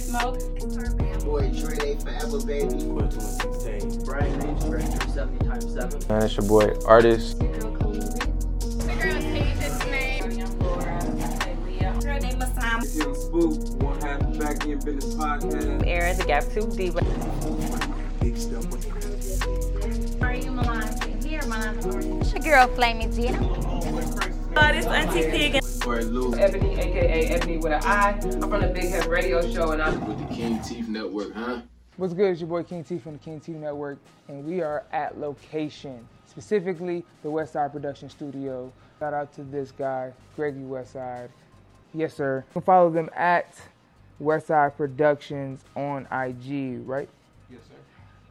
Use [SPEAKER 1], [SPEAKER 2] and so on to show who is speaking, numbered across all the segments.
[SPEAKER 1] smoke.
[SPEAKER 2] Boy, Dre, they forever, baby. Brian Mays, Director 70 times 7.
[SPEAKER 3] Man, it's your boy Artist.
[SPEAKER 1] The girl Tasia's name. Laura. Leah. Girl name Masam.
[SPEAKER 4] Young Spook, one half of back in business podcast.
[SPEAKER 5] Aaron, the Gap 2 Diva.
[SPEAKER 4] Big stuff with the
[SPEAKER 1] Are you Milan? Here, Milan.
[SPEAKER 6] It's your girl, Flaming Gina.
[SPEAKER 5] Uh, this Auntie T again.
[SPEAKER 4] Or Lou.
[SPEAKER 5] Ebony, aka Ebony with an I. I'm from the Big Head Radio Show, and I'm
[SPEAKER 7] with the King Teeth Network, huh?
[SPEAKER 8] What's good? It's your boy King T from the King T Network, and we are at location, specifically the Westside Production Studio. Shout out to this guy, Greggy Westside. Yes, sir. You can follow them at Westside Productions on IG, right?
[SPEAKER 4] Yes, sir.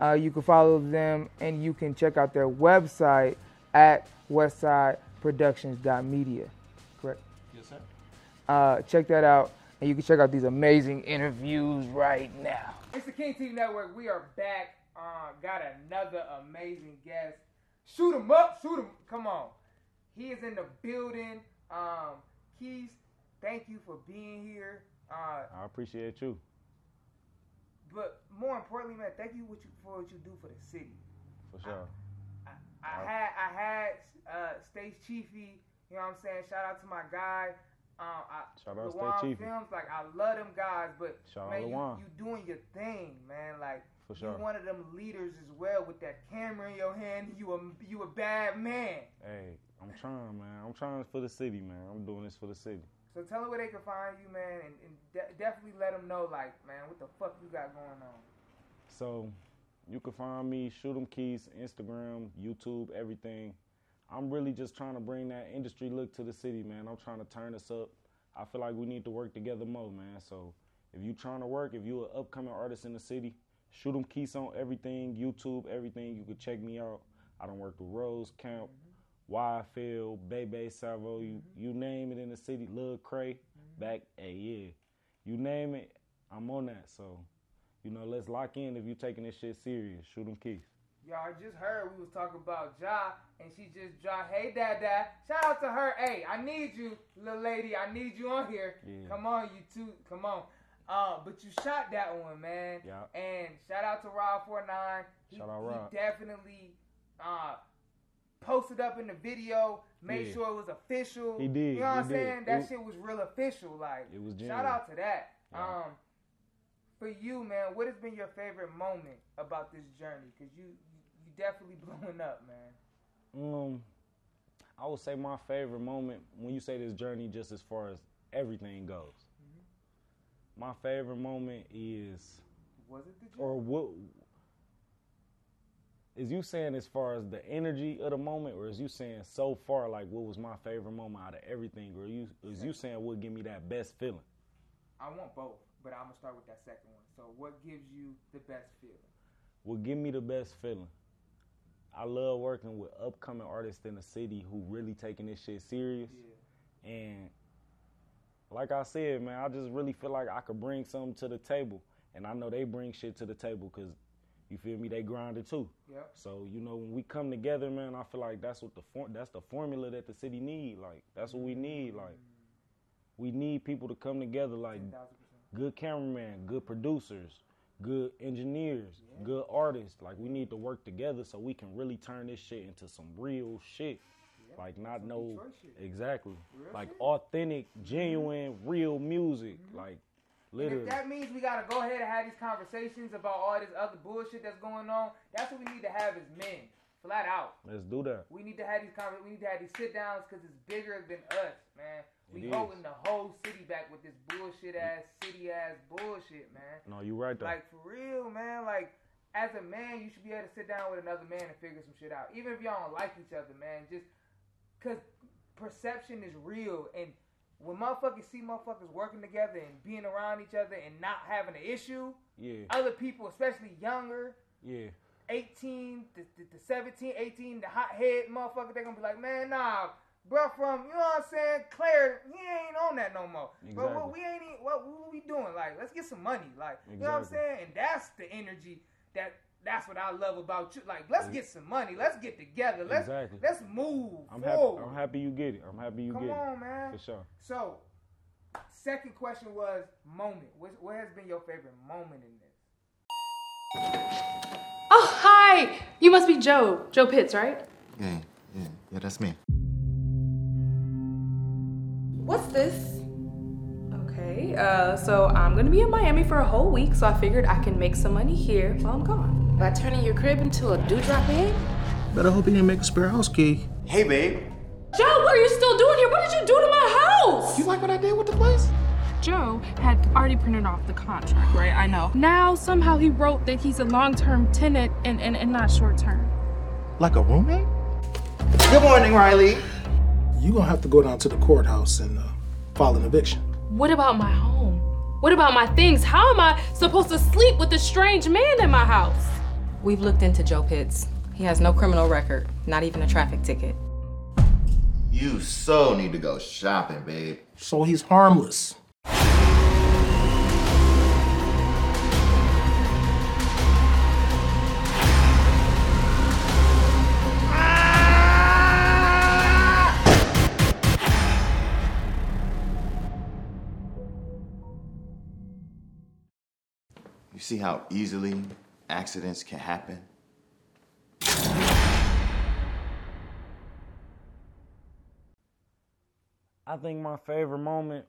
[SPEAKER 8] Uh, you can follow them and you can check out their website at westsideproductions.media, correct?
[SPEAKER 4] Yes, sir.
[SPEAKER 8] Uh, check that out, and you can check out these amazing interviews right now. It's the King Team Network. We are back. Uh, got another amazing guest. Shoot him up, shoot him. Come on. He is in the building. Um, Keys, thank you for being here. Uh,
[SPEAKER 3] I appreciate you.
[SPEAKER 8] but more importantly, man, thank you what you, for what you do for the city.
[SPEAKER 3] For sure.
[SPEAKER 8] I, I had I had uh Stace Chiefy, you know what I'm saying? Shout out to my guy. Um I
[SPEAKER 3] Shout out
[SPEAKER 8] Luan
[SPEAKER 3] Stace Chiefy.
[SPEAKER 8] Films, like I love them guys, but
[SPEAKER 3] Shout out
[SPEAKER 8] man,
[SPEAKER 3] Luan.
[SPEAKER 8] you, you doing your thing, man. Like
[SPEAKER 3] For sure.
[SPEAKER 8] you one of them leaders as well with that camera in your hand. You a you a bad man.
[SPEAKER 3] Hey, I'm trying, man. I'm trying for the city, man. I'm doing this for the city.
[SPEAKER 8] So tell them where they can find you, man, and, and de- definitely let them know, like, man, what the fuck you got going on.
[SPEAKER 3] So you can find me, Shoot 'em Keys, Instagram, YouTube, everything. I'm really just trying to bring that industry look to the city, man. I'm trying to turn us up. I feel like we need to work together more, man. So if you trying to work, if you an upcoming artist in the city, Shoot 'em Keys on everything, YouTube, everything. You can check me out. I don't work with Rose Camp, YFL, Bebe Savo, you you name it in the city, Lil Cray, back, hey yeah, you name it, I'm on that. So you know, let's lock in if you taking this shit serious. Shoot 'em keys.
[SPEAKER 8] Y'all just heard we was talking about Ja, and she just dropped, "Hey Dada." Shout out to her. Hey, I need you, little lady. I need you on here.
[SPEAKER 3] Yeah.
[SPEAKER 8] Come on, you two. Come on. Uh, but you shot that one, man.
[SPEAKER 3] Yeah.
[SPEAKER 8] And shout out to Rob 49 He,
[SPEAKER 3] Uh, Shout out
[SPEAKER 8] he
[SPEAKER 3] Rob.
[SPEAKER 8] definitely uh, posted up in the video. Made
[SPEAKER 3] Yeah.
[SPEAKER 8] sure it was official.
[SPEAKER 3] He did,
[SPEAKER 8] You know what
[SPEAKER 3] he
[SPEAKER 8] I'm
[SPEAKER 3] did.
[SPEAKER 8] saying? That
[SPEAKER 3] It-
[SPEAKER 8] shit was real official. Like,
[SPEAKER 3] It was
[SPEAKER 8] shout
[SPEAKER 3] genuine.
[SPEAKER 8] out to that.
[SPEAKER 3] Yeah.
[SPEAKER 8] Um, for you, man, what has been your favorite moment about this journey? Cause you you definitely blowing up, man.
[SPEAKER 3] Um, I would say my favorite moment when you say this journey, just as far as everything goes. My favorite moment is,
[SPEAKER 8] Was it the journey?
[SPEAKER 3] or what is you saying as far as the energy of the moment, or is you saying so far like what was my favorite moment out of everything, or you is you saying what give me that best feeling?
[SPEAKER 8] I want both, but I'm gonna start with that second one. So, what gives you the best feeling?
[SPEAKER 3] will give me the best feeling. I love working with upcoming artists in the city who really taking this shit serious. And like I said, man, I just really feel like I could bring something to the table. And I know they bring shit to the table because, you feel me, they grind it too.
[SPEAKER 8] Yep.
[SPEAKER 3] So, you know, when we come together, man, I feel like that's what the for- that's the formula that the city need. Like, that's what we need. Like, we need people to come together. Like,
[SPEAKER 8] Thousand percent.
[SPEAKER 3] good cameraman, good producers, good engineers, good artists. Like we need to work together so we can really turn this shit into some real shit. Like not no
[SPEAKER 8] Detroit shit.
[SPEAKER 3] exactly.
[SPEAKER 8] Real
[SPEAKER 3] like
[SPEAKER 8] shit. Mm-hmm.
[SPEAKER 3] authentic, genuine, real music. Like
[SPEAKER 8] And if
[SPEAKER 3] literally.
[SPEAKER 8] that means we gotta go ahead and have these conversations about all this other bullshit that's going on, that's what we need to have as men, flat out.
[SPEAKER 3] Let's do that.
[SPEAKER 8] We need to have these conver- we need to have these sit downs because it's bigger than us, man. We
[SPEAKER 3] It is.
[SPEAKER 8] holding the whole city back with this bullshit ass city ass bullshit, man.
[SPEAKER 3] No, you right though.
[SPEAKER 8] Like for real, man. Like as a man, you should be able to sit down with another man and figure some shit out, even if y'all don't like each other, man. Just cause perception is real, and when motherfuckers see motherfuckers working together and being around each other and not having an issue,
[SPEAKER 3] yeah,
[SPEAKER 8] other people, especially younger,
[SPEAKER 3] yeah.
[SPEAKER 8] 18 to, to, to 17, 18, the hot head motherfucker, they're gonna be like, man, nah, bro, from you know what I'm saying, Claire, he ain't on that no more. But what
[SPEAKER 3] Exactly.
[SPEAKER 8] we ain't, even- what, what we doing? Like, let's get some money, like, you know what I'm
[SPEAKER 3] Exactly.
[SPEAKER 8] saying? And that's the energy that that's what I love about you. Like, let's get some money, let's get together, let's
[SPEAKER 3] Exactly.
[SPEAKER 8] let's move
[SPEAKER 3] I'm happy
[SPEAKER 8] forward.
[SPEAKER 3] I'm happy you get it. I'm happy you
[SPEAKER 8] Come
[SPEAKER 3] get
[SPEAKER 8] on,
[SPEAKER 3] it.
[SPEAKER 8] man.
[SPEAKER 3] For sure.
[SPEAKER 8] So, Second question was moment. What, what has been your favorite moment in this?
[SPEAKER 6] Oh, hi! You must be Joe. Joe Pitts, right?
[SPEAKER 2] Yeah, yeah, yeah, that's me.
[SPEAKER 6] What's this? Okay, uh, so I'm gonna be in Miami for a whole week, so I figured I can make some money here while I'm gone.
[SPEAKER 9] By turning your crib into a dewdrop bed?
[SPEAKER 2] Better hope you didn't make a spare house key. Hey, babe.
[SPEAKER 6] Joe, what are you still doing here? What did you do to my house?
[SPEAKER 2] You like what I did with the place?
[SPEAKER 10] Joe had already printed off the contract, right? I know. Now somehow he wrote that he's a long-term tenant and, and, and not short-term.
[SPEAKER 2] Like a roommate? Good morning, Riley.
[SPEAKER 11] You're gonna have to go down to the courthouse and uh, file an eviction.
[SPEAKER 6] What about my home? What about my things? How am I supposed to sleep with a strange man in my house?
[SPEAKER 9] We've looked into Joe Pitts. He has no criminal record, not even a traffic ticket.
[SPEAKER 2] You so need to go shopping, babe.
[SPEAKER 11] So he's harmless.
[SPEAKER 2] You see how easily accidents can happen?
[SPEAKER 3] I think my favorite moment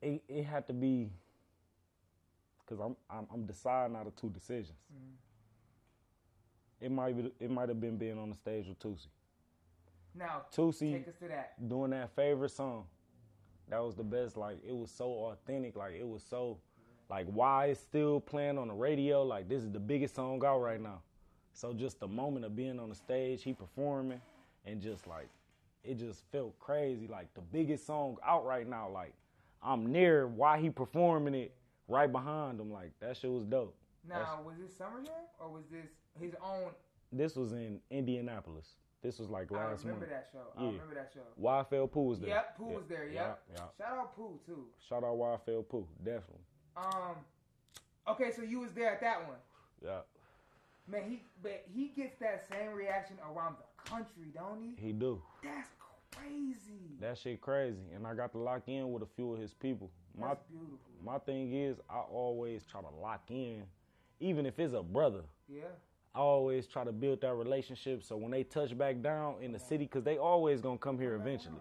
[SPEAKER 3] it, it had to be because I'm, I'm I'm deciding out of two decisions. It might be, it might have been being on the stage with Tusi.
[SPEAKER 8] Now,
[SPEAKER 3] Tusi
[SPEAKER 8] take us to that.
[SPEAKER 3] doing that favorite song. That was the best. Like it was so authentic. Like it was so like why it's still playing on the radio. Like this is the biggest song out right now. So just the moment of being on the stage, he performing, and just like it just felt crazy. Like the biggest song out right now. Like I'm near why he performing it right behind him. Like that shit was dope.
[SPEAKER 8] Now, was this summer jam or was this his own?
[SPEAKER 3] This was in Indianapolis. This was like
[SPEAKER 8] I
[SPEAKER 3] last
[SPEAKER 8] remember
[SPEAKER 3] month.
[SPEAKER 8] that show. I
[SPEAKER 3] Yeah.
[SPEAKER 8] remember that show.
[SPEAKER 3] YFL Pooh was there.
[SPEAKER 8] Yep, Pooh
[SPEAKER 3] Yeah,
[SPEAKER 8] was there. Yep.
[SPEAKER 3] yeah, yeah.
[SPEAKER 8] Shout out Pooh too.
[SPEAKER 3] Shout out YFL Pooh, definitely.
[SPEAKER 8] Um, okay, so you was there at that one.
[SPEAKER 3] Yeah,
[SPEAKER 8] Man, he but he gets that same reaction around the country, don't he?
[SPEAKER 3] he do.
[SPEAKER 8] That's crazy.
[SPEAKER 3] That shit crazy, and I got to lock in with a few of his people. My
[SPEAKER 8] That's beautiful.
[SPEAKER 3] my thing is, I always try to lock in, even if it's a brother.
[SPEAKER 8] Yeah.
[SPEAKER 3] I always try to build that relationship so when they touch back down in the city, because they always gonna come here eventually.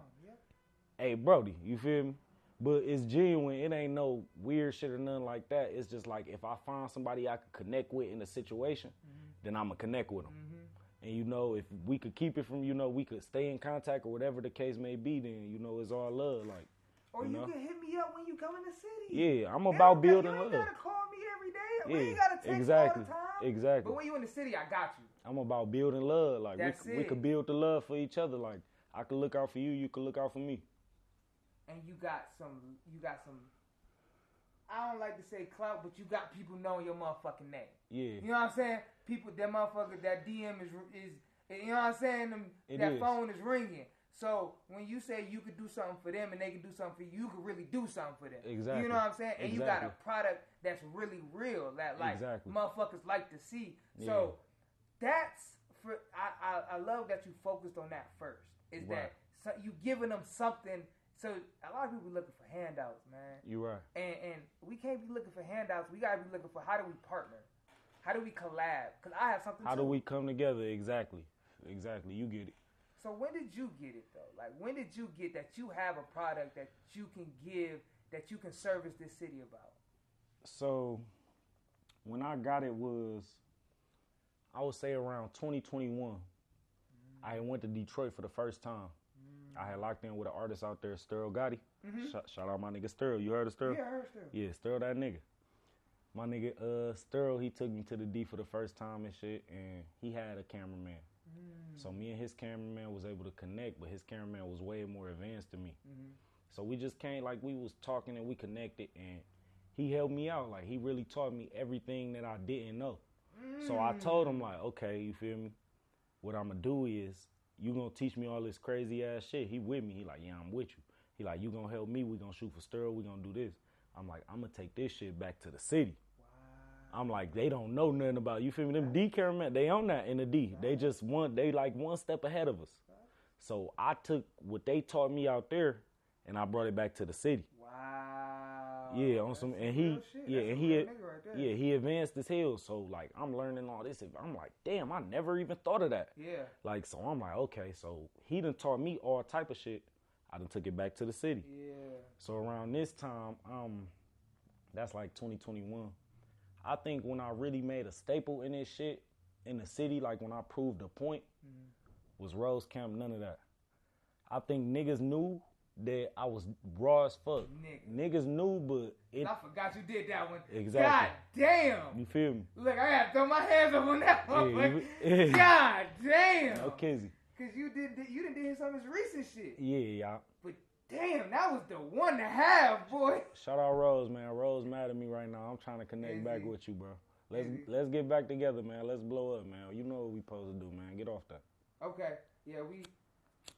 [SPEAKER 3] Hey, Brody, you feel me? But it's genuine. It ain't no weird shit or nothing like that. It's just like if I find somebody I could connect with in a situation,
[SPEAKER 8] Mm-hmm.
[SPEAKER 3] then I'ma connect with them. And you know, if we could keep it from, you know, we could stay in contact or whatever the case may be. Then you know, it's all love. Like,
[SPEAKER 8] Or
[SPEAKER 3] You
[SPEAKER 8] you,
[SPEAKER 3] know?
[SPEAKER 8] can hit me up when you come in the city.
[SPEAKER 3] yeah, I'm
[SPEAKER 8] It
[SPEAKER 3] about
[SPEAKER 8] ain't got-
[SPEAKER 3] building
[SPEAKER 8] you ain't
[SPEAKER 3] love.
[SPEAKER 8] gotta call me every day. Yeah,
[SPEAKER 3] Yeah,
[SPEAKER 8] you ain't gotta text
[SPEAKER 3] exactly,
[SPEAKER 8] all the time.
[SPEAKER 3] exactly.
[SPEAKER 8] But when you in the city, I got you.
[SPEAKER 3] I'm about building love. Like
[SPEAKER 8] That's
[SPEAKER 3] we, c- we
[SPEAKER 8] it.
[SPEAKER 3] could build the love for each other. Like I could look out for you, you could look out for me.
[SPEAKER 8] And you got some. You got some. I don't like to say clout, but you got people knowing your motherfucking name.
[SPEAKER 3] Yeah.
[SPEAKER 8] You know what I'm saying? People, that motherfucker, that DM is is. You know what I'm saying? Them,
[SPEAKER 3] It
[SPEAKER 8] that
[SPEAKER 3] is.
[SPEAKER 8] phone is ringing. So when you say you could do something for them and they can do something for you, you could really do something for them. You
[SPEAKER 3] Exactly.
[SPEAKER 8] know what I'm saying? And you got a
[SPEAKER 3] Exactly.
[SPEAKER 8] product that's really real that like
[SPEAKER 3] Exactly.
[SPEAKER 8] motherfuckers like to see. So that's for I, I I love that you focused on that first. Is
[SPEAKER 3] Right.
[SPEAKER 8] that so you giving them something? So a lot of people looking for handouts, man.
[SPEAKER 3] You right.
[SPEAKER 8] And and we can't be looking for handouts. We gotta be looking for how do we partner? How do we collab? Cause I have something.
[SPEAKER 3] How do
[SPEAKER 8] too.
[SPEAKER 3] we come together? Exactly. Exactly. You get it.
[SPEAKER 8] So when did you get it though? Like when did you get that you have a product that you can give that you can service this city about?
[SPEAKER 3] So when I got it was I would say around 2021. I had went to Detroit for the first time. I had locked in with an artist out there, Sterl Gotti. Shout, shout out my nigga Sterl. You heard of Sterl?
[SPEAKER 8] Yeah, I heard you.
[SPEAKER 3] Yeah, Sterl that nigga. My nigga uh Sterl, he took me to the D for the first time and shit, and he had a cameraman. So me and his cameraman was able to connect, but his cameraman was way more advanced than me. So we just came like we was talking and we connected, and he helped me out. Like he really taught me everything that I didn't know. So I told him like, okay, you feel me? What I'ma do is you gonna teach me all this crazy ass shit. He with me. He like, yeah, I'm with you. He like, you gonna help me? We gonna shoot for stir. We gonna do this. I'm like, I'm gonna take this shit back to the city. I'm like, they don't know nothing about you. Feel me? Them D cameramen, they on that in the D. They just want they like one step ahead of us. So I took what they taught me out there, and I brought it back to the city.
[SPEAKER 8] Oh,
[SPEAKER 3] yeah, on some, and he, yeah, and he, yeah, he advanced as hell. So like, I'm learning all this. and I'm like, damn, I never even thought of that.
[SPEAKER 8] Yeah.
[SPEAKER 3] Like, so I'm like, okay, so he done taught me all type of shit. I done took it back to the city.
[SPEAKER 8] Yeah.
[SPEAKER 3] So around this time, um, that's like 2021. I think when I really made a staple in this shit in the city, like when I proved a point, was Rose Camp. None of that. I think niggas knew that I was raw as fuck. Niggas knew, but it
[SPEAKER 8] I forgot you did that one.
[SPEAKER 3] exactly.
[SPEAKER 8] God damn.
[SPEAKER 3] You feel me?
[SPEAKER 8] Look, I gotta throw my hands up on that
[SPEAKER 3] Yeah,
[SPEAKER 8] one.
[SPEAKER 3] you- yeah.
[SPEAKER 8] God damn.
[SPEAKER 3] No kizzy.
[SPEAKER 8] Cause you did you didn't did some of his recent shit.
[SPEAKER 3] Yeah, y'all.
[SPEAKER 8] Damn, that was the one to have, boy.
[SPEAKER 3] Shout out Rose, man. Rose mad at me right now. I'm trying to connect back with you, bro. Let's let's get back together, man. Let's blow up, man. You know what we supposed to do, man. Get off that.
[SPEAKER 8] Okay, yeah, we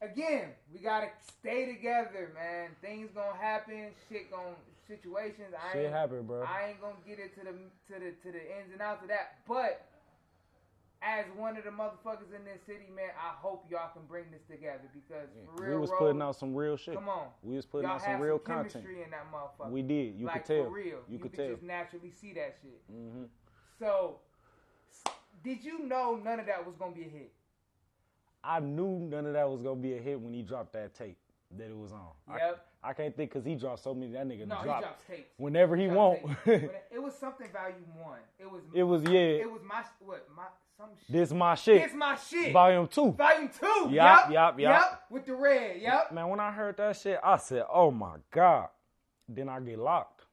[SPEAKER 8] again we gotta stay together, man. Things gonna happen, shit gonna situations. I
[SPEAKER 3] Shit
[SPEAKER 8] ain't-
[SPEAKER 3] happen, bro.
[SPEAKER 8] I ain't gonna get it to the to the to the ins and outs of that, but as one of the motherfuckers in this city, man, I hope y'all can bring this together because for real,
[SPEAKER 3] we was
[SPEAKER 8] Rose,
[SPEAKER 3] putting out some real shit.
[SPEAKER 8] Come on,
[SPEAKER 3] We was putting
[SPEAKER 8] y'all
[SPEAKER 3] out some
[SPEAKER 8] have
[SPEAKER 3] real
[SPEAKER 8] chemistry
[SPEAKER 3] content.
[SPEAKER 8] in that motherfucker.
[SPEAKER 3] We did. You could
[SPEAKER 8] like,
[SPEAKER 3] tell.
[SPEAKER 8] For real,
[SPEAKER 3] You could
[SPEAKER 8] just naturally see that shit.
[SPEAKER 3] hmm
[SPEAKER 8] So, s- did you know none of that was gonna be a hit?
[SPEAKER 3] I knew none of that was gonna be a hit when he dropped that tape that it was on. I-
[SPEAKER 8] Yep.
[SPEAKER 3] I, can't think because he dropped so many. That nigga
[SPEAKER 8] No, he
[SPEAKER 3] dropped
[SPEAKER 8] drops tapes.
[SPEAKER 3] whenever he want.
[SPEAKER 8] It was something value one. It was.
[SPEAKER 3] It was, yeah.
[SPEAKER 8] It was my what my some shit.
[SPEAKER 3] This my shit.
[SPEAKER 8] This my shit.
[SPEAKER 3] Volume two.
[SPEAKER 8] Volume two. Yup,
[SPEAKER 3] Yup, yup, yup.
[SPEAKER 8] With the red. Yup.
[SPEAKER 3] Man, when I heard that shit, I said, "Oh my god!" Then I get locked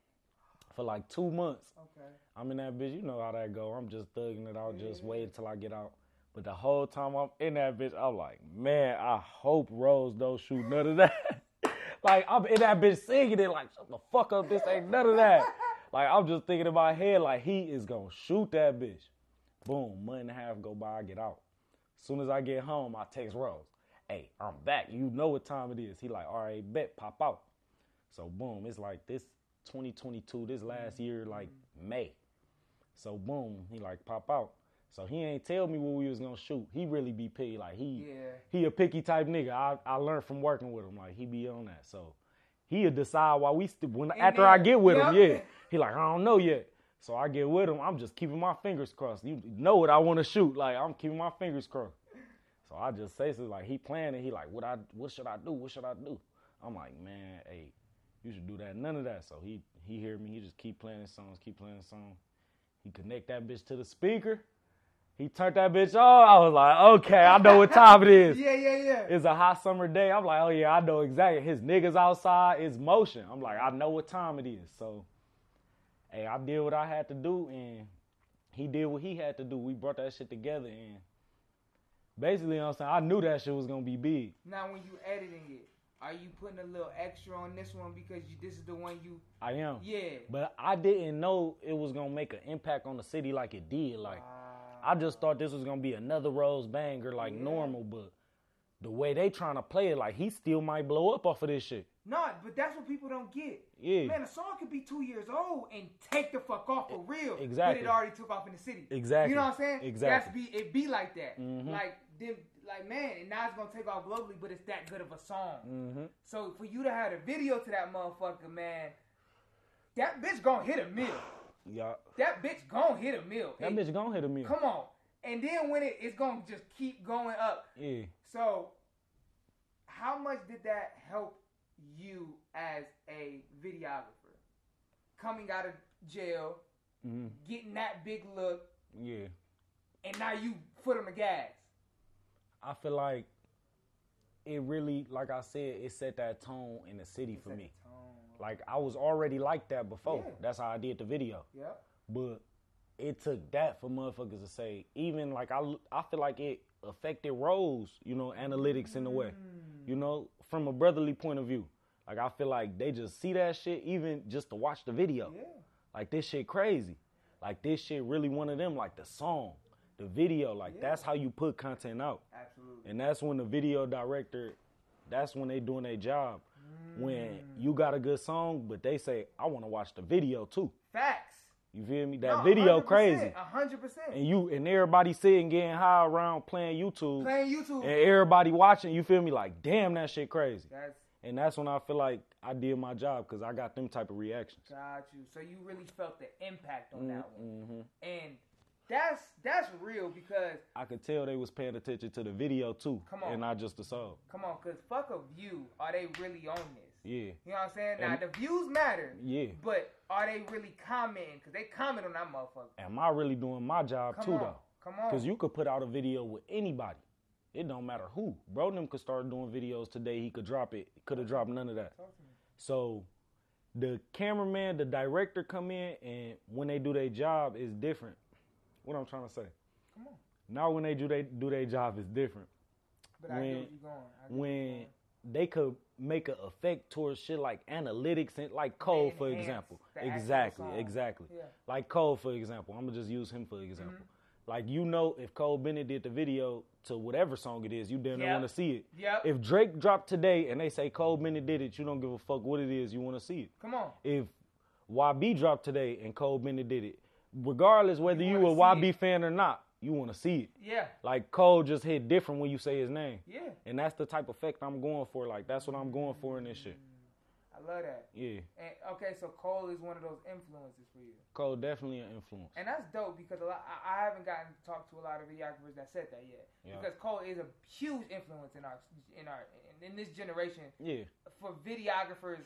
[SPEAKER 3] for like two months.
[SPEAKER 8] Okay.
[SPEAKER 3] I'm in that bitch. You know how that go. I'm just thugging it out. Just wait until I get out. But the whole time I'm in that bitch, I'm like, man, I hope Rose don't shoot none of that. like I'm in that bitch singing it like, shut the fuck up. This ain't none of that. like I'm just thinking in my head like he is gonna shoot that bitch. Boom, month and a half go by. I get out. Soon as I get home, I text Rose. Hey, I'm back. You know what time it is. He like, all right, bet, pop out. So boom, it's like this 2022, this last year, like May. So boom, he like pop out. So he ain't tell me what we was gonna shoot. He really be picky. Like he
[SPEAKER 8] Yeah.
[SPEAKER 3] he a picky type nigga. I, I learned from working with him. Like he be on that. So he'll decide why we st- when
[SPEAKER 8] And
[SPEAKER 3] after
[SPEAKER 8] then-
[SPEAKER 3] I get with him,
[SPEAKER 8] Yup.
[SPEAKER 3] yeah. He like, I don't know yet. So I get with him. I'm just keeping my fingers crossed. You know what I want to shoot. Like I'm keeping my fingers crossed. So I just say something like he planning. He like, what I what should I do? What should I do? I'm like, man, hey, you should do that. None of that. So he he hear me. He just keep playing his songs. Keep playing his song. He connect that bitch to the speaker. He turned that bitch on. I was like, okay, I know what time it is.
[SPEAKER 8] Yeah, yeah, yeah.
[SPEAKER 3] It's a hot summer day. I'm like, oh yeah, I know exactly. His niggas outside. It's motion. I'm like, I know what time it is. So, hey, I did what I had to do, and he did what he had to do. We brought that shit together, and basically, you know what I'm saying, I knew that shit was gonna be big.
[SPEAKER 8] Now when you editing it, are you putting a little extra on this one because you, this is the one you?
[SPEAKER 3] I am.
[SPEAKER 8] Yeah.
[SPEAKER 3] But I didn't know it was gonna make an impact on the city like it did. Like I just thought this was gonna be another Rose banger like normal, but the way they trying to play it, like he still might blow up off of this shit.
[SPEAKER 8] No, but that's what people don't get.
[SPEAKER 3] Yeah.
[SPEAKER 8] Man, a song could be two years old and take the fuck off for real.
[SPEAKER 3] exactly.
[SPEAKER 8] But it already took off in the city.
[SPEAKER 3] Exactly.
[SPEAKER 8] You know what I'm saying?
[SPEAKER 3] Exactly.
[SPEAKER 8] That's be it be like that.
[SPEAKER 3] Mhm.
[SPEAKER 8] Like then like man, and now it's gonna take off globally, but it's that good of a song.
[SPEAKER 3] Mm-hmm.
[SPEAKER 8] So for you to have a video to that motherfucker, man, that bitch gonna hit a mill.
[SPEAKER 3] Yeah.
[SPEAKER 8] That bitch gonna hit a mill.
[SPEAKER 3] That
[SPEAKER 8] It-
[SPEAKER 3] bitch gonna hit a meal.
[SPEAKER 8] Come on. And then when it, it's gonna just keep going up.
[SPEAKER 3] Yeah.
[SPEAKER 8] So, how much did that help you as a videographer coming out of jail,
[SPEAKER 3] hmm
[SPEAKER 8] getting that big look,
[SPEAKER 3] Yeah.
[SPEAKER 8] and now you foot on the gas?
[SPEAKER 3] I feel like it really, like I said, it set that tone in the city for me. Like I was already like that before.
[SPEAKER 8] Yeah.
[SPEAKER 3] That's how I did the video.
[SPEAKER 8] Yep.
[SPEAKER 3] But it took that for motherfuckers to say, even like I, l- I feel like it affected Rose, you know, analytics in a way,
[SPEAKER 8] Mm.
[SPEAKER 3] you know, from a brotherly point of view. Like I feel like they just see that shit, even just to watch the video. Like this shit crazy. Like this shit really one of them. Like the song, the video. Like that's how you put content out.
[SPEAKER 8] Absolutely.
[SPEAKER 3] And that's when the video director, that's when they doing their job. When you got a good song, but they say, I want to watch the video too.
[SPEAKER 8] Facts.
[SPEAKER 3] You feel me? That
[SPEAKER 8] No,
[SPEAKER 3] video
[SPEAKER 8] 100%,
[SPEAKER 3] crazy.
[SPEAKER 8] 100%.
[SPEAKER 3] And you and everybody sitting getting high around playing YouTube.
[SPEAKER 8] Playing YouTube.
[SPEAKER 3] And everybody watching, you feel me? Like, damn, that shit crazy.
[SPEAKER 8] That's
[SPEAKER 3] And that's when I feel like I did my job because I got them type of reactions.
[SPEAKER 8] Got you. So you really felt the impact on that one,
[SPEAKER 3] Mm-hmm.
[SPEAKER 8] and that's that's real because
[SPEAKER 3] I could tell they was paying attention to the video too,
[SPEAKER 8] Come on.
[SPEAKER 3] and not just the song.
[SPEAKER 8] come on, cause fuck a view. Are they really on this?
[SPEAKER 3] Yeah,
[SPEAKER 8] You know what I'm saying? Now
[SPEAKER 3] And-
[SPEAKER 8] the views matter,
[SPEAKER 3] yeah.
[SPEAKER 8] but are they really commenting? Cause they comment on that motherfucker.
[SPEAKER 3] Am I really doing my job
[SPEAKER 8] Come
[SPEAKER 3] too
[SPEAKER 8] on.
[SPEAKER 3] though?
[SPEAKER 8] Come on.
[SPEAKER 3] Cause you could put out a video with anybody. It don't matter who. Bro, them could start doing videos today. He could drop it. Could have dropped none of that. So the cameraman, the director come in, and when they do their job is different. What I'm trying to say.
[SPEAKER 8] Come on.
[SPEAKER 3] Now when they do they do their job is different.
[SPEAKER 8] But I get where you going. I get where
[SPEAKER 3] when they could make an effect towards shit like analytics and like Cole for
[SPEAKER 8] enhance
[SPEAKER 3] example.
[SPEAKER 8] the actual
[SPEAKER 3] Exactly,
[SPEAKER 8] song.
[SPEAKER 3] exactly.
[SPEAKER 8] Yeah.
[SPEAKER 3] Like Cole for example. I'm gonna just use him for example.
[SPEAKER 8] Mm-hmm.
[SPEAKER 3] Like you know, if Cole Bennett did the video to whatever song it is, you damn near
[SPEAKER 8] Yep.
[SPEAKER 3] want to see it.
[SPEAKER 8] Yep.
[SPEAKER 3] If Drake dropped today and they say Cole Bennett did it, you don't give a fuck what it is. You want to see it.
[SPEAKER 8] Come on.
[SPEAKER 3] If YB dropped today and Cole Bennett did it, regardless whether you, a YB fan or not, you want to see it.
[SPEAKER 8] Yeah.
[SPEAKER 3] Like Cole just hit different when you say his name.
[SPEAKER 8] Yeah.
[SPEAKER 3] And that's the type of effect I'm going for. Like that's what I'm going for in this shit.
[SPEAKER 8] I love that.
[SPEAKER 3] Yeah.
[SPEAKER 8] And okay, so Cole is one of those influences for you.
[SPEAKER 3] Cole definitely an influence.
[SPEAKER 8] And that's dope because a lot, I, I haven't gotten to talk to a lot of videographers that said that yet.
[SPEAKER 3] Yeah.
[SPEAKER 8] Because Cole is a huge influence in our in our in, in this generation
[SPEAKER 3] Yeah.
[SPEAKER 8] for videographers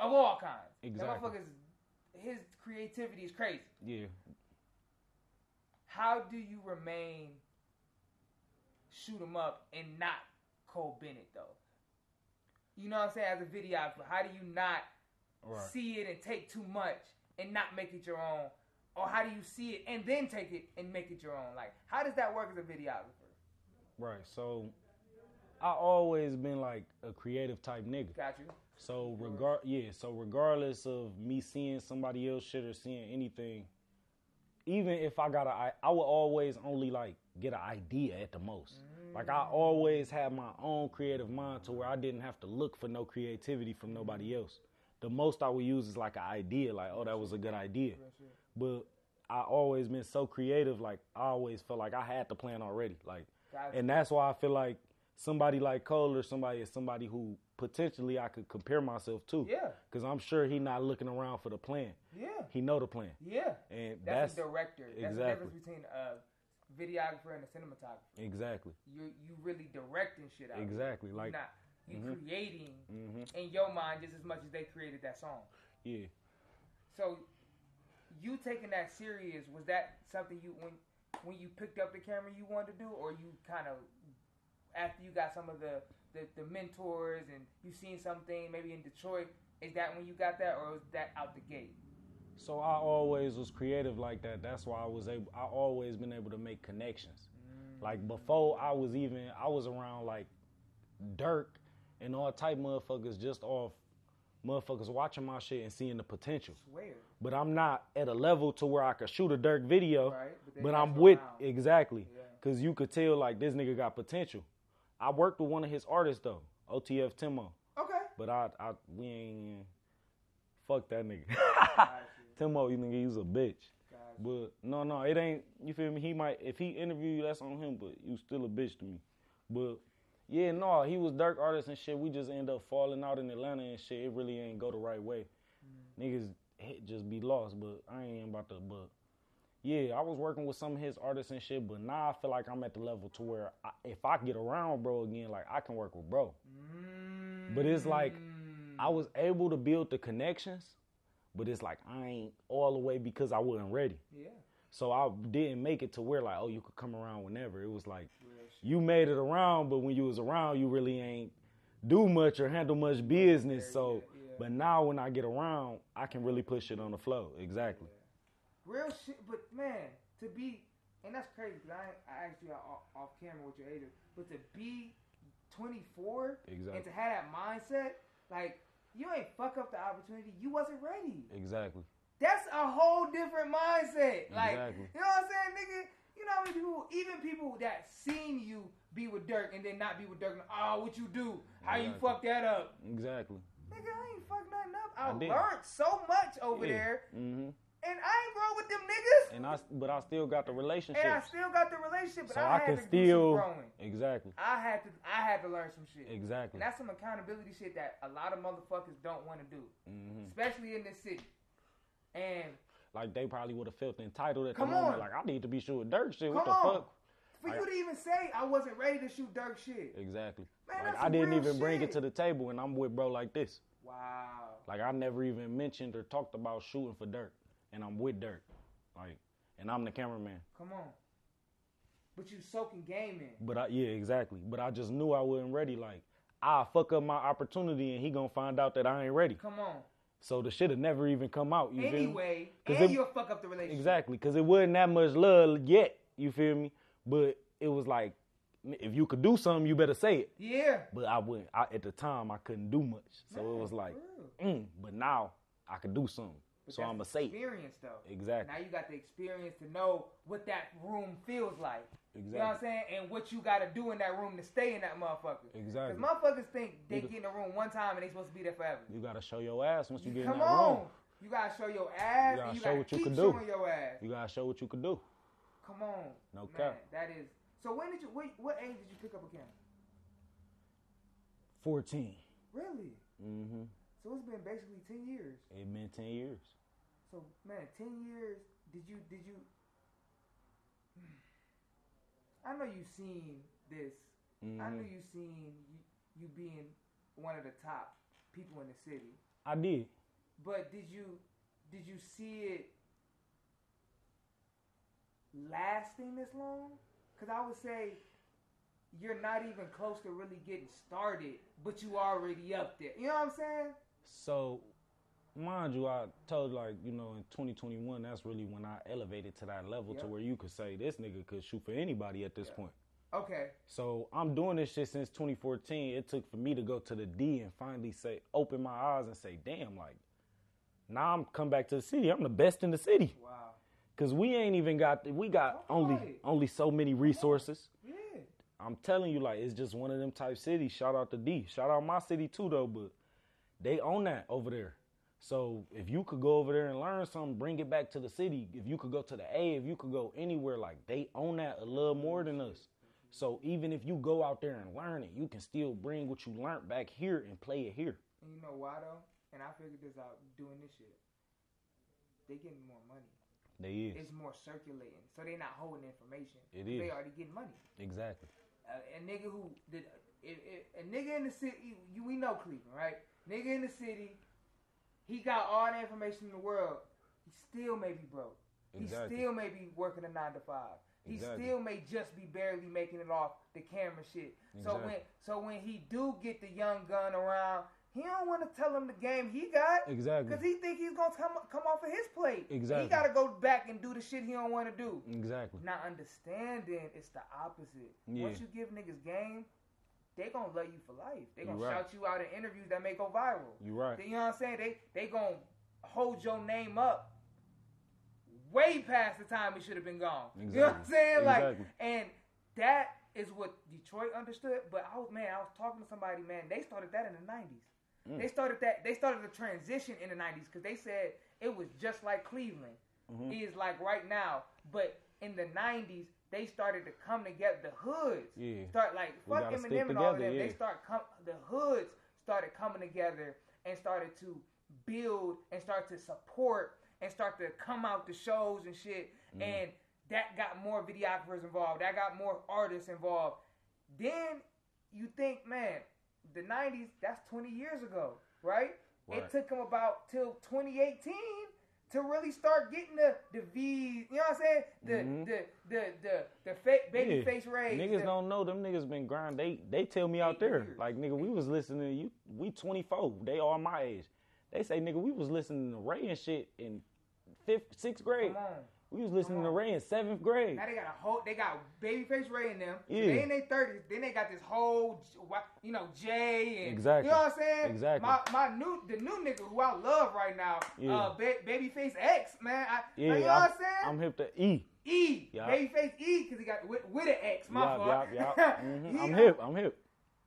[SPEAKER 8] of all kinds. That
[SPEAKER 3] Exactly.
[SPEAKER 8] motherfucker's- his creativity is crazy.
[SPEAKER 3] Yeah.
[SPEAKER 8] How do you remain shoot 'em up and not Cole Bennett though? You know what I'm saying? As a videographer, how do you not
[SPEAKER 3] Right.
[SPEAKER 8] see it and take too much and not make it your own? Or how do you see it and then take it and make it your own? Like, how does that work as a videographer?
[SPEAKER 3] Right. So I always been like a creative type nigga.
[SPEAKER 8] Got you.
[SPEAKER 3] So regard yeah, so regardless of me seeing somebody else shit or seeing anything, even if I got a I I would always only like get an idea at the most. Like I always had my own creative mind to where I didn't have to look for no creativity from nobody
[SPEAKER 8] Mm-hmm.
[SPEAKER 3] else. The most I would use is like an idea, like, oh that was a good idea. But I always been so creative, like I always felt like I had the plan already. Like
[SPEAKER 8] Gotcha.
[SPEAKER 3] and that's why I feel like somebody like Cole or somebody is somebody who potentially I could compare myself to.
[SPEAKER 8] Yeah.
[SPEAKER 3] Cause I'm sure he not looking around for the plan.
[SPEAKER 8] Yeah.
[SPEAKER 3] He know the plan.
[SPEAKER 8] Yeah.
[SPEAKER 3] And
[SPEAKER 8] That's,
[SPEAKER 3] that's,
[SPEAKER 8] a director. That's the
[SPEAKER 3] Exactly.
[SPEAKER 8] difference between a videographer and a cinematographer.
[SPEAKER 3] Exactly.
[SPEAKER 8] You you really directing shit out.
[SPEAKER 3] Exactly,
[SPEAKER 8] You're
[SPEAKER 3] like-
[SPEAKER 8] not you
[SPEAKER 3] Mhm.
[SPEAKER 8] creating
[SPEAKER 3] Mhm.
[SPEAKER 8] in your mind just as much as they created that song.
[SPEAKER 3] Yeah.
[SPEAKER 8] So you taking that serious was that something you when when you picked up the camera you wanted to do, or you kind of after you got some of the, the the mentors and you seen something maybe in Detroit? Is that when you got that, or was that out the gate?
[SPEAKER 3] So I always was creative like that. That's why I was able. I always been able to make connections.
[SPEAKER 8] Mm.
[SPEAKER 3] Like before, I was even I was around like Dirk and all type motherfuckers just off motherfuckers watching my shit and seeing the potential.
[SPEAKER 8] Where?
[SPEAKER 3] But I'm not at a level to where I could shoot a Dirk video.
[SPEAKER 8] Right, but they
[SPEAKER 3] but I'm
[SPEAKER 8] mess
[SPEAKER 3] with
[SPEAKER 8] around.
[SPEAKER 3] exactly
[SPEAKER 8] Yeah.
[SPEAKER 3] because you could tell like this nigga got potential. I worked with one of his artists though, OTF Timo.
[SPEAKER 8] Okay.
[SPEAKER 3] But I, I we ain't fuck that nigga. Timo, you nigga, he's a bitch. But no, no, it ain't. You feel me? He might if he interview you, that's on him. But you still a bitch to me. But yeah, no, he was Dirk artist and shit. We just end up falling out in Atlanta and shit. It really ain't go the right way. Niggas hit just be lost. But I ain't about to. But yeah, I was working with some of his artists and shit. But now I feel like I'm at the level to where I, if I get around bro again, like I can work with bro. But it's like I was
[SPEAKER 8] Mm.
[SPEAKER 3] able to build the connections, but it's like I ain't all the way because I wasn't ready.
[SPEAKER 8] Yeah.
[SPEAKER 3] So I didn't make it to where like, oh, you could come around whenever. It was like you made it around, but when you was around, you really ain't do much or handle much business. So, but now when I get around, I can really push it on the flow. Exactly.
[SPEAKER 8] Real shit, but man, to be and that's crazy because I, ain't- I asked you out off- off camera what your age is, but to be 24 and to
[SPEAKER 3] Exactly.
[SPEAKER 8] have that mindset, like you ain't fuck up the opportunity. You wasn't ready.
[SPEAKER 3] Exactly.
[SPEAKER 8] That's a whole different mindset. Like
[SPEAKER 3] Exactly.
[SPEAKER 8] you know what I'm saying, nigga. You know how many people, even people that seen you be with Dirk and then not be with Dirk. and, Oh, what you do? How you
[SPEAKER 3] Exactly.
[SPEAKER 8] fuck that up?
[SPEAKER 3] Exactly.
[SPEAKER 8] Nigga, I ain't fuck nothing up. I,
[SPEAKER 3] I did.
[SPEAKER 8] learned so much over there
[SPEAKER 3] Mm-hmm.
[SPEAKER 8] And I ain't grown with them niggas.
[SPEAKER 3] And I, but I still got the relationship.
[SPEAKER 8] And I still got the relationship, but
[SPEAKER 3] so
[SPEAKER 8] I,
[SPEAKER 3] I,
[SPEAKER 8] had
[SPEAKER 3] can
[SPEAKER 8] to
[SPEAKER 3] still
[SPEAKER 8] do some growing.
[SPEAKER 3] exactly.
[SPEAKER 8] I had to I had to learn some shit.
[SPEAKER 3] Exactly.
[SPEAKER 8] And that's some accountability shit that a lot of motherfuckers don't want to do,
[SPEAKER 3] Mhm.
[SPEAKER 8] especially in this city. And
[SPEAKER 3] Like they probably would have felt entitled at
[SPEAKER 8] Come
[SPEAKER 3] the moment.
[SPEAKER 8] on.
[SPEAKER 3] Like I need to be sure dirt shit. what the
[SPEAKER 8] Come on.
[SPEAKER 3] fuck?
[SPEAKER 8] for
[SPEAKER 3] Like-
[SPEAKER 8] you to even say I wasn't ready to shoot Dirk shit.
[SPEAKER 3] Exactly.
[SPEAKER 8] Man,
[SPEAKER 3] like
[SPEAKER 8] that's
[SPEAKER 3] I
[SPEAKER 8] some
[SPEAKER 3] didn't
[SPEAKER 8] real
[SPEAKER 3] even bring it
[SPEAKER 8] shit.
[SPEAKER 3] to the table, and I'm with bro like this.
[SPEAKER 8] Wow.
[SPEAKER 3] Like I never even mentioned or talked about shooting for dirt, and I'm with dirt. Like, and I'm the cameraman.
[SPEAKER 8] Come on. But you soaking game in.
[SPEAKER 3] But I, yeah, exactly. But I just knew I wasn't ready. Like I fuck up my opportunity, and he gonna find out that I ain't ready.
[SPEAKER 8] Come on.
[SPEAKER 3] So the shit had never even come out. You feel me?
[SPEAKER 8] Anyway,
[SPEAKER 3] 'Cause
[SPEAKER 8] and
[SPEAKER 3] it-
[SPEAKER 8] you'll fuck up the relationship.
[SPEAKER 3] Exactly, because it wasn't that much love yet. You feel me? But it was like, if you could do something, you better say it.
[SPEAKER 8] Yeah.
[SPEAKER 3] But I wouldn't. I, at the time, I couldn't do much, so it was like, mm, but now I could do something.
[SPEAKER 8] But
[SPEAKER 3] so
[SPEAKER 8] that's
[SPEAKER 3] I'ma say it.
[SPEAKER 8] experience though.
[SPEAKER 3] Exactly.
[SPEAKER 8] Now you got the experience to know what that room feels like. You know what I'm
[SPEAKER 3] Exactly.
[SPEAKER 8] saying? And what you gotta do in that room to stay in that motherfucker. Because
[SPEAKER 3] Exactly.
[SPEAKER 8] motherfuckers think they
[SPEAKER 3] You the-
[SPEAKER 8] get in the room one time and they supposed to be there forever.
[SPEAKER 3] You gotta show your ass once you get in
[SPEAKER 8] Come
[SPEAKER 3] that
[SPEAKER 8] on.
[SPEAKER 3] room.
[SPEAKER 8] You gotta show your
[SPEAKER 3] You
[SPEAKER 8] ass.
[SPEAKER 3] gotta
[SPEAKER 8] and
[SPEAKER 3] show what you
[SPEAKER 8] keep
[SPEAKER 3] can do.
[SPEAKER 8] showing your ass.
[SPEAKER 3] You gotta show what you can do.
[SPEAKER 8] Come on.
[SPEAKER 3] No
[SPEAKER 8] man,
[SPEAKER 3] cap.
[SPEAKER 8] That is. So when did you? What, what age did you pick up a camera?
[SPEAKER 3] Fourteen.
[SPEAKER 8] Really?
[SPEAKER 3] Mm-hmm.
[SPEAKER 8] So it's been basically ten years.
[SPEAKER 3] It been ten years.
[SPEAKER 8] So man, ten years. Did you? Did you? I know you seen this. I know
[SPEAKER 3] Mhm.
[SPEAKER 8] you seen you, you being one of the top people in the city.
[SPEAKER 3] I did.
[SPEAKER 8] But did you? Did you see it lasting this long? Because I would say you're not even close to really getting started, but you already up there. You know what I'm saying?
[SPEAKER 3] So, mind you, I told like you know in 2021, that's really when I elevated to that level
[SPEAKER 8] Yeah.
[SPEAKER 3] to where you could say this nigga could shoot for anybody at this point.
[SPEAKER 8] Okay.
[SPEAKER 3] So I'm doing this shit since 2014. It took for me to go to the D and finally say, open my eyes and say, damn, like now I'm come back to the city. I'm the best in the city.
[SPEAKER 8] Wow.
[SPEAKER 3] Cause we ain't even got we got only only so many resources.
[SPEAKER 8] Yeah.
[SPEAKER 3] I'm telling you, like it's just one of them type cities. Shout out to D. Shout out my city too, though. But they own that over there. So if you could go over there and learn something, bring it back to the city. If you could go to the A, if you could go anywhere, like they own that a little more than us. So even if you go out there and learn it, you can still bring what you learned back here and play it here.
[SPEAKER 8] And you know why though? And I figured this out doing this shit. They getting more money.
[SPEAKER 3] They is
[SPEAKER 8] It's more circulating, so they not holding information.
[SPEAKER 3] It
[SPEAKER 8] They
[SPEAKER 3] is.
[SPEAKER 8] already getting money.
[SPEAKER 3] exactly.
[SPEAKER 8] A, a nigga who did if, if, a nigga in the city. You we know Cleveland, right? Nigga in the city. He got all the information in the world. He still may be broke.
[SPEAKER 3] Exactly.
[SPEAKER 8] He still may be working a nine to five. He
[SPEAKER 3] Exactly.
[SPEAKER 8] still may just be barely making it off the camera shit. So when
[SPEAKER 3] Exactly.
[SPEAKER 8] so when he do get the young gun around, he don't want to tell him the game he got.
[SPEAKER 3] Exactly.
[SPEAKER 8] Cause he think he's gonna come come off of his plate.
[SPEAKER 3] Exactly.
[SPEAKER 8] He gotta go back and do the shit he don't want to do.
[SPEAKER 3] Exactly.
[SPEAKER 8] Not understanding it's the opposite.
[SPEAKER 3] Yeah.
[SPEAKER 8] Once you give niggas game, they gonna love you for life. They gonna
[SPEAKER 3] You right.
[SPEAKER 8] shout you out in interviews that may go viral.
[SPEAKER 3] You right.
[SPEAKER 8] You know what I'm saying? They they gonna hold your name up way past the time it should have been gone. You know what I'm
[SPEAKER 3] Exactly.
[SPEAKER 8] saying? Like
[SPEAKER 3] Exactly.
[SPEAKER 8] and that is what Detroit understood. But I was man, I was talking to somebody, man, they started that in the nineties.
[SPEAKER 3] Mm.
[SPEAKER 8] They started that they started the transition in the nineties because they said it was just like Cleveland
[SPEAKER 3] Mhm.
[SPEAKER 8] is like right now. But in the nineties, they started to come together the hoods
[SPEAKER 3] Yeah.
[SPEAKER 8] start like
[SPEAKER 3] We
[SPEAKER 8] fuck
[SPEAKER 3] gotta
[SPEAKER 8] Eminem and
[SPEAKER 3] stick
[SPEAKER 8] all of
[SPEAKER 3] together,
[SPEAKER 8] them. They
[SPEAKER 3] yeah.
[SPEAKER 8] start com- the hoods started coming together and started to build and start to support and start to come out to shows and shit.
[SPEAKER 3] Mm.
[SPEAKER 12] Mhm.
[SPEAKER 8] And that got more videographers involved. That got more artists involved. Then you think, man, the '90s. That's 20 years ago, right? It
[SPEAKER 12] Right.
[SPEAKER 8] took them about till 2018 to really start getting the the V. You know what I'm saying? The
[SPEAKER 3] Mhm.
[SPEAKER 8] the the the the fa- baby
[SPEAKER 3] Yeah.
[SPEAKER 8] face rage.
[SPEAKER 3] Niggas
[SPEAKER 8] the-
[SPEAKER 3] don't know them niggas been grind. They they tell me out there like nigga, we was listening to you. We 24. They all my age. They say nigga, we was listening to Ray and shit in fifth, sixth grade.
[SPEAKER 8] Come on.
[SPEAKER 3] We was listening to Ray in seventh grade.
[SPEAKER 8] Now they got a whole. They got Babyface Ray in them. So
[SPEAKER 3] Yeah.
[SPEAKER 8] They in their thirties. Then they got this whole, J- wha- you know, Jay and
[SPEAKER 3] Exactly.
[SPEAKER 8] You know what I'm saying?
[SPEAKER 3] Exactly.
[SPEAKER 8] My my new the new nigga who I love right now,
[SPEAKER 3] Yeah.
[SPEAKER 8] uh, ba- Babyface X man. I,
[SPEAKER 3] Yeah,
[SPEAKER 8] you know what I'm
[SPEAKER 3] I'm-
[SPEAKER 8] saying?
[SPEAKER 3] I'm hip to E.
[SPEAKER 8] E
[SPEAKER 3] Yeah.
[SPEAKER 8] Babyface E because he got with, with an X. My
[SPEAKER 3] Yup,
[SPEAKER 8] fault.
[SPEAKER 3] yup, yup. Mhm.
[SPEAKER 8] He-
[SPEAKER 3] I'm hip. I'm hip.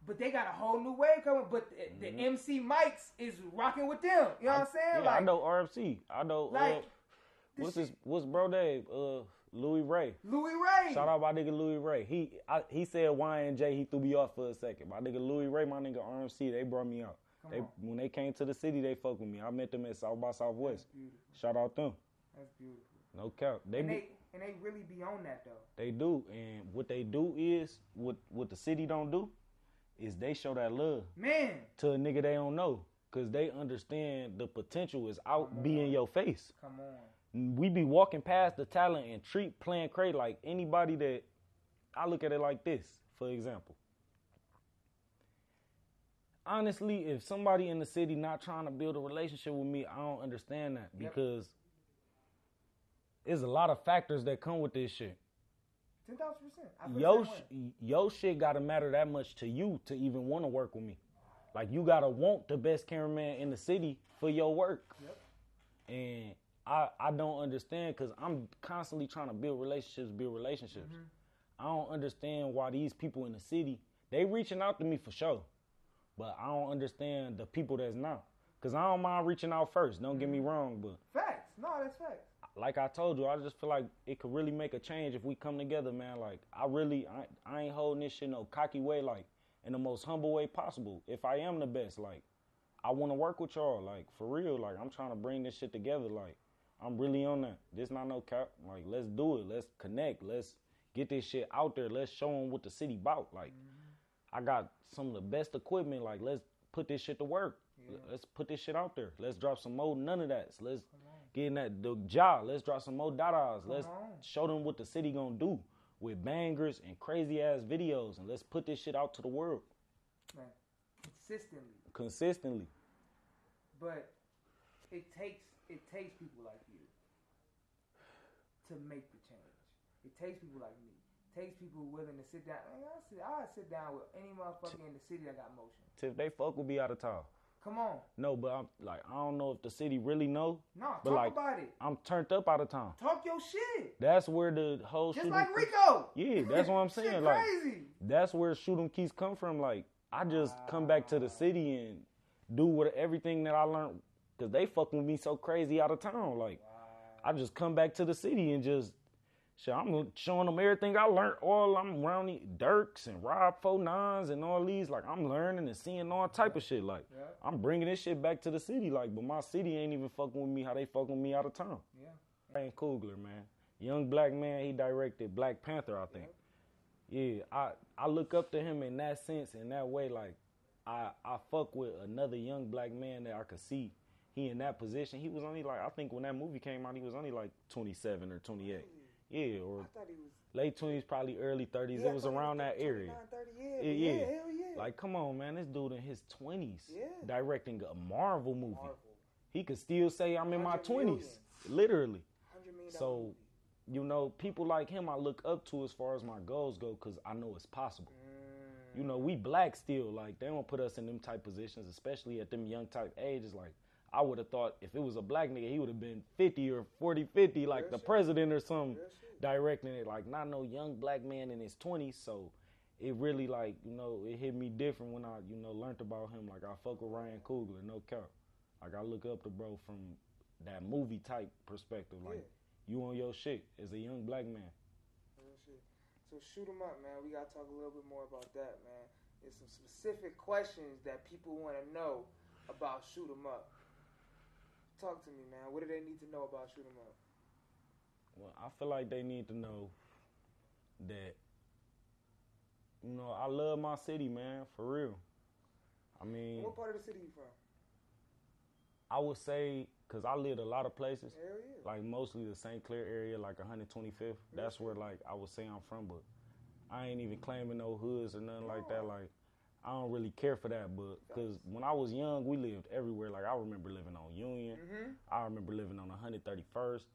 [SPEAKER 8] But they got a whole new wave coming. But the, the
[SPEAKER 3] Mm-hmm.
[SPEAKER 8] MC Mike's is rocking with them. You know what I'm saying?
[SPEAKER 3] Yeah, I know RFC. I know.
[SPEAKER 8] Like-
[SPEAKER 3] uh, What's his what's bro Dave? Uh Louis Ray.
[SPEAKER 8] Louis Ray.
[SPEAKER 3] Shout out my nigga Louis Ray. He I, he said Y and J, he threw me off for a second. My nigga Louis Ray, my nigga RMC, they brought me out.
[SPEAKER 8] Come
[SPEAKER 3] They
[SPEAKER 8] on.
[SPEAKER 3] when they came to the city, they fuck with me. I met them at South by Southwest.
[SPEAKER 8] beautiful.
[SPEAKER 3] Shout out them.
[SPEAKER 8] That's beautiful.
[SPEAKER 3] No cap. They
[SPEAKER 8] and
[SPEAKER 3] be-
[SPEAKER 8] they and they really be on that though.
[SPEAKER 3] They do, and what they do is what what the city don't do is they show that love
[SPEAKER 8] man
[SPEAKER 3] to a nigga they don't know because they understand the potential is out be in your face.
[SPEAKER 8] Come on.
[SPEAKER 3] We be walking past the talent and treat playing crazy like anybody that I look at it like this. For example, honestly, if somebody in the city not trying to build a relationship with me, I don't understand that
[SPEAKER 8] Yep.
[SPEAKER 3] because there's a lot of factors that come with this shit
[SPEAKER 8] Ten thousand percent. I feel
[SPEAKER 3] yo,
[SPEAKER 8] the same way.
[SPEAKER 3] sh- yo shit gotta matter that much to you to even want to work with me. Like you gotta want the best cameraman in the city for your work.
[SPEAKER 8] Yep.
[SPEAKER 3] And I I don't understand because I'm constantly trying to build relationships, build relationships. I don't understand why these people in the city they reaching out to me for sure, but I don't understand the people that's not. Cause I don't mind reaching out first. Don't get me wrong, but
[SPEAKER 8] Facts. No, that's facts.
[SPEAKER 3] like I told you, I just feel like it could really make a change if we come together, man. Like I really, I, I ain't holding this shit no cocky way, like in the most humble way possible. If I am the best, like I want to work with y'all, like for real. Like I'm trying to bring this shit together. Like I'm really on that. This not no cap. Like let's do it. Let's connect. Let's get this shit out there. Let's show them what the city bout. Like I got some of the best equipment. Like let's put this shit to work. Let's put this shit out there. Let's drop some more none of that. Let's get in that the job. Let's drop some more dadas. Let's
[SPEAKER 8] on.
[SPEAKER 3] show them what the city gonna do with bangers and crazy ass videos, and let's put this shit out to the world
[SPEAKER 8] Man. Consistently.
[SPEAKER 3] consistently.
[SPEAKER 8] But it takes it takes people like you to make the change. It takes people like me. It takes people willing to sit down. Man, I sit, I sit down with any motherfucker in the city that got motion.
[SPEAKER 3] If they fuck will be out of town.
[SPEAKER 8] Come on.
[SPEAKER 3] No, but I'm like I don't know if the city really know.
[SPEAKER 8] No,
[SPEAKER 3] but
[SPEAKER 8] talk
[SPEAKER 3] like
[SPEAKER 8] about it.
[SPEAKER 3] I'm turned up out of town.
[SPEAKER 8] Talk your shit.
[SPEAKER 3] That's where the whole
[SPEAKER 8] Just
[SPEAKER 3] shooting-
[SPEAKER 8] like Rico.
[SPEAKER 3] Yeah, that's what I'm
[SPEAKER 8] Shit
[SPEAKER 3] saying. like
[SPEAKER 8] crazy.
[SPEAKER 3] that's where shoot 'em keys come from. Like I just come back to the city and do what everything that I learned because they fucking with me so crazy out of town. Like I just come back to the city and just shit. I'm showing them everything I learned. All I'm around the Dirks and Rob Four Nines and all these. Like I'm learning and seeing all type of shit. Like
[SPEAKER 8] Yeah.
[SPEAKER 3] I'm bringing this shit back to the city. Like but my city ain't even fucking with me how they fucking with me out of town.
[SPEAKER 8] Yeah.
[SPEAKER 3] Ryan Coogler, man. Young black man, he directed Black Panther, I think. Yeah, I, I look up to him in that sense, in that way, like I I fuck with another young black man that I could see he in that position. He was only like I think when that movie came out, he was only like twenty seven or twenty eight. Yeah, or
[SPEAKER 12] Oh, thought he was-
[SPEAKER 3] late twenties, probably early thirties.
[SPEAKER 12] Yeah, I
[SPEAKER 3] it was
[SPEAKER 12] thought he was
[SPEAKER 3] around that area.
[SPEAKER 12] 30, yeah, yeah, hell yeah.
[SPEAKER 3] Like, come on, man, this dude in his twenties
[SPEAKER 12] Yeah.
[SPEAKER 3] directing a Marvel movie. He could still say I'm in my twenties, literally. So, you know, people like him I look up to as far as my goals go because I know it's possible.
[SPEAKER 12] Mm.
[SPEAKER 3] You know, we black still like they don't put us in them type positions, especially at them young type ages. Like I would have thought if it was a black nigga, he would have been fifty or 40, 50, like the president or something, directing it. Like not no young black man in his twenties. So it really like you know it hit me different when I you know learnt about him. Like I fuck with Ryan Coogler, no cap. Like I look up to bro from that movie type perspective. Like you on your shit as a young black man.
[SPEAKER 8] Real shit. So shoot 'em up, man. We gotta talk a little bit more about that, man. There's some specific questions that people want to know about shoot 'em up. Talk to me, man. What do they need to know about shoot 'em up?
[SPEAKER 3] Well, I feel like they need to know that you know I love my city, man, for real. I mean,
[SPEAKER 8] What part of the city you from?
[SPEAKER 3] I would say because I lived a lot of places,
[SPEAKER 8] Hell yeah.
[SPEAKER 3] like mostly the St. Clair area, like 125th. That's where like I would say I'm from, but I ain't even claiming no hoods or nothing like that. Like I don't really care for that, but because when I was young, we lived everywhere. Like I remember living on Union.
[SPEAKER 8] Mhm.
[SPEAKER 3] I remember living on 131st.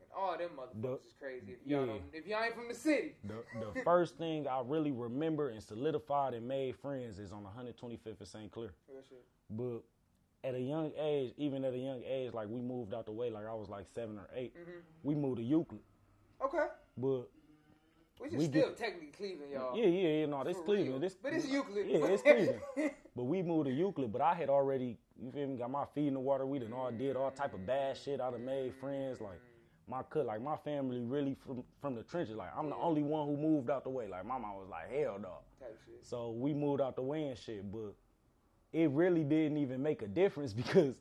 [SPEAKER 8] And all them motherfuckers
[SPEAKER 3] The-
[SPEAKER 8] is crazy. If y'all,
[SPEAKER 3] yeah.
[SPEAKER 8] don't, if y'all ain't from the city,
[SPEAKER 3] The, the first thing I really remember and solidified and made friends is on 125th and St. Clair.
[SPEAKER 8] Real shit.
[SPEAKER 3] But at a young age, even at a young age, like we moved out the way, like I was like seven or 8
[SPEAKER 8] Mhm.
[SPEAKER 3] We moved to Euclid,
[SPEAKER 8] Okay.
[SPEAKER 3] but
[SPEAKER 8] Which is
[SPEAKER 3] We
[SPEAKER 8] still
[SPEAKER 3] get-
[SPEAKER 8] technically Cleveland, y'all.
[SPEAKER 3] yeah, yeah, yeah, no, this
[SPEAKER 8] For
[SPEAKER 3] Cleveland,
[SPEAKER 8] real.
[SPEAKER 3] this
[SPEAKER 8] But it's Euclid.
[SPEAKER 3] yeah, it's Cleveland. but we moved to Euclid, but I had already, you feel me, got my feet in the water. We done all did all type of bad shit. I done made friends, like my cut, like my family really from from the trenches. Like I'm the only one who moved out the way. Like my mom was like, hell no.
[SPEAKER 8] Type shit.
[SPEAKER 3] So we moved out the way and shit, but it really didn't even make a difference because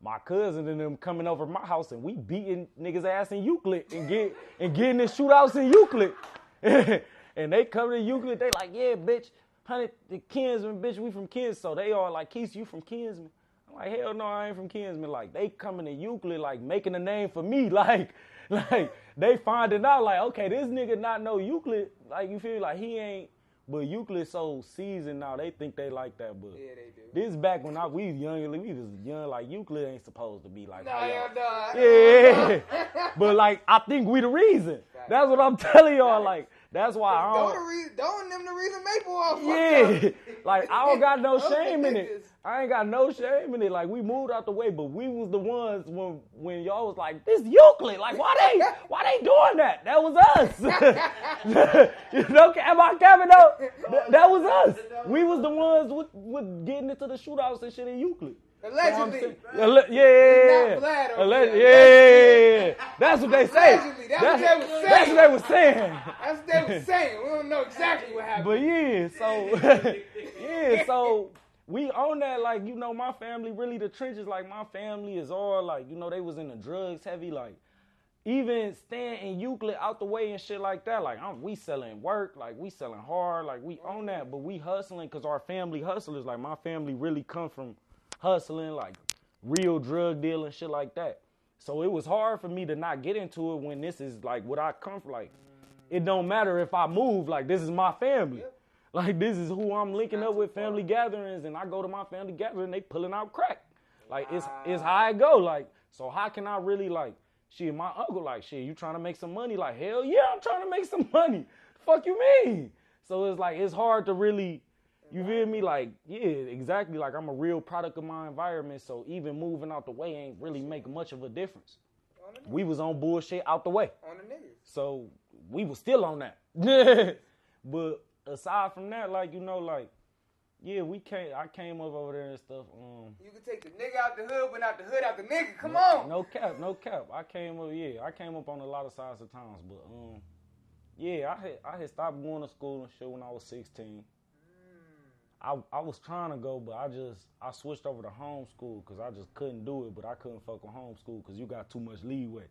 [SPEAKER 3] my cousin and them coming over my house and we beating niggas ass in Euclid and get and getting in shootouts in Euclid. and they come to Euclid, they like, yeah, bitch, honey, the Kinsman, bitch, we from Kins. So they all like, Keith, you from Kinsman. I'm like, hell no, I ain't from Kinsman. Like, they coming to Euclid, like, making a name for me. Like, like, they finding out, like, okay, this nigga not know Euclid. Like, you feel like he ain't, but Euclid so seasoned now, they think they like that, but.
[SPEAKER 8] Yeah, they do.
[SPEAKER 3] This back when I we was young, we was young. Like Euclid ain't supposed to be like
[SPEAKER 8] No,
[SPEAKER 3] how y'all-
[SPEAKER 8] hell no.
[SPEAKER 3] Yeah, but like I think we the reason. That's what I'm telling y'all. Like that's why I
[SPEAKER 8] Don't,
[SPEAKER 3] don't.
[SPEAKER 8] the re- don't them the reason Maple all fucked up.
[SPEAKER 3] Yeah, like I don't got no
[SPEAKER 8] Those
[SPEAKER 3] shame in it.
[SPEAKER 8] niggas.
[SPEAKER 3] I ain't got no shame in it. Like we moved out the way, but we was the ones when when y'all was like, "This Euclid, like why they why they doing that?" That was us. you know, am I Kevin though? That, that was us. We was the ones with, with getting into the shootouts and shit in Euclid.
[SPEAKER 8] Allegedly.
[SPEAKER 3] Alle- yeah, yeah, yeah,
[SPEAKER 8] Not Vlad
[SPEAKER 3] yeah.
[SPEAKER 8] over
[SPEAKER 3] Alle-
[SPEAKER 8] there.
[SPEAKER 3] yeah, yeah, yeah. That's what they say.
[SPEAKER 8] Allegedly, that's what they was
[SPEAKER 3] That's
[SPEAKER 8] saying.
[SPEAKER 3] what they was saying.
[SPEAKER 8] That's what they were saying. We don't know exactly what happened.
[SPEAKER 3] But yeah, so yeah, so we own that. Like you know, my family really the trenches. Like my family is all like you know they was in the drugs heavy. Like even staying in Euclid out the way and shit like that. Like I'm, we selling work. Like we selling hard. Like we own that. But we hustling because our family hustlers. Like my family really come from hustling. Like real drug deal and shit like that. So it was hard for me to not get into it when this is like what I come from. Like it don't matter if I move. Like this is my family. Like this is who I'm linking up with family gatherings, and I go to my family gathering, they pulling out crack. Like it's it's how it go. Like so, how can I really like? Shit, my uncle like shit. You trying to make some money? Like hell yeah, I'm trying to make some money. Fuck you mean? So it's like it's hard to really. You feel me? Like, yeah, exactly. Like I'm a real product of my environment, so even moving out the way ain't really make much of a difference. We was on bullshit out the way.
[SPEAKER 8] On the niggas.
[SPEAKER 3] So we was still on that. but aside from that, like you know, like yeah, we came. I came up over there and stuff. Um,
[SPEAKER 8] You can take the nigga out the hood, but not the hood out the nigga. Come on.
[SPEAKER 3] no cap, no cap. I came up. Yeah, I came up on a lot of sides of towns, but um, yeah, I had I had stopped going to school and shit when I was sixteen. I, I was trying to go, but I just I switched over to homeschool because I just couldn't do it. But I couldn't fuck with homeschool because you got too much leeway.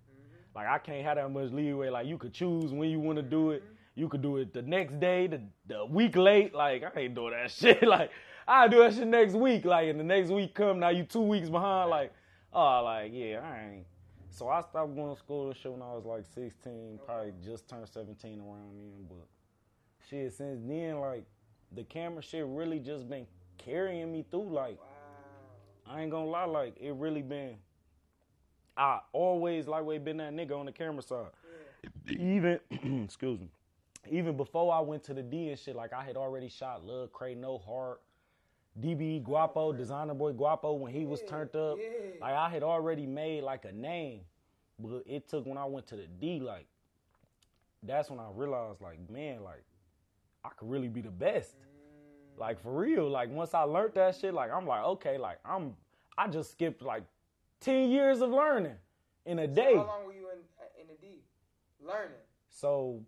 [SPEAKER 3] Like I can't have that much leeway. Like you could choose when you want to do it. You could do it the next day, the, the week late. Like I ain't doing that shit. Like I do that shit next week. Like and the next week come now you two weeks behind. Like oh like yeah I ain't. So I stopped going to school and shit when I was like 16, probably just turned 17 around then. But shit, since then like the camera shit really just been carrying me through. Like, I ain't gonna lie, like it really been. I always lightweight been that nigga on the camera side. Even excuse me, even before I went to the D and shit, like I had already shot Love Cray No Heart, DBE Guapo, Designer Boy Guapo when he was turned up. Like I had already made like a name, but it took when I went to the D, like that's when I realized, like man, like I could really be the best. Like for real. Like once I learned that shit, like I'm like, okay, like I'm I just skipped like ten years of learning in a day.
[SPEAKER 8] How long were you in uh, in the D? Learning.
[SPEAKER 3] So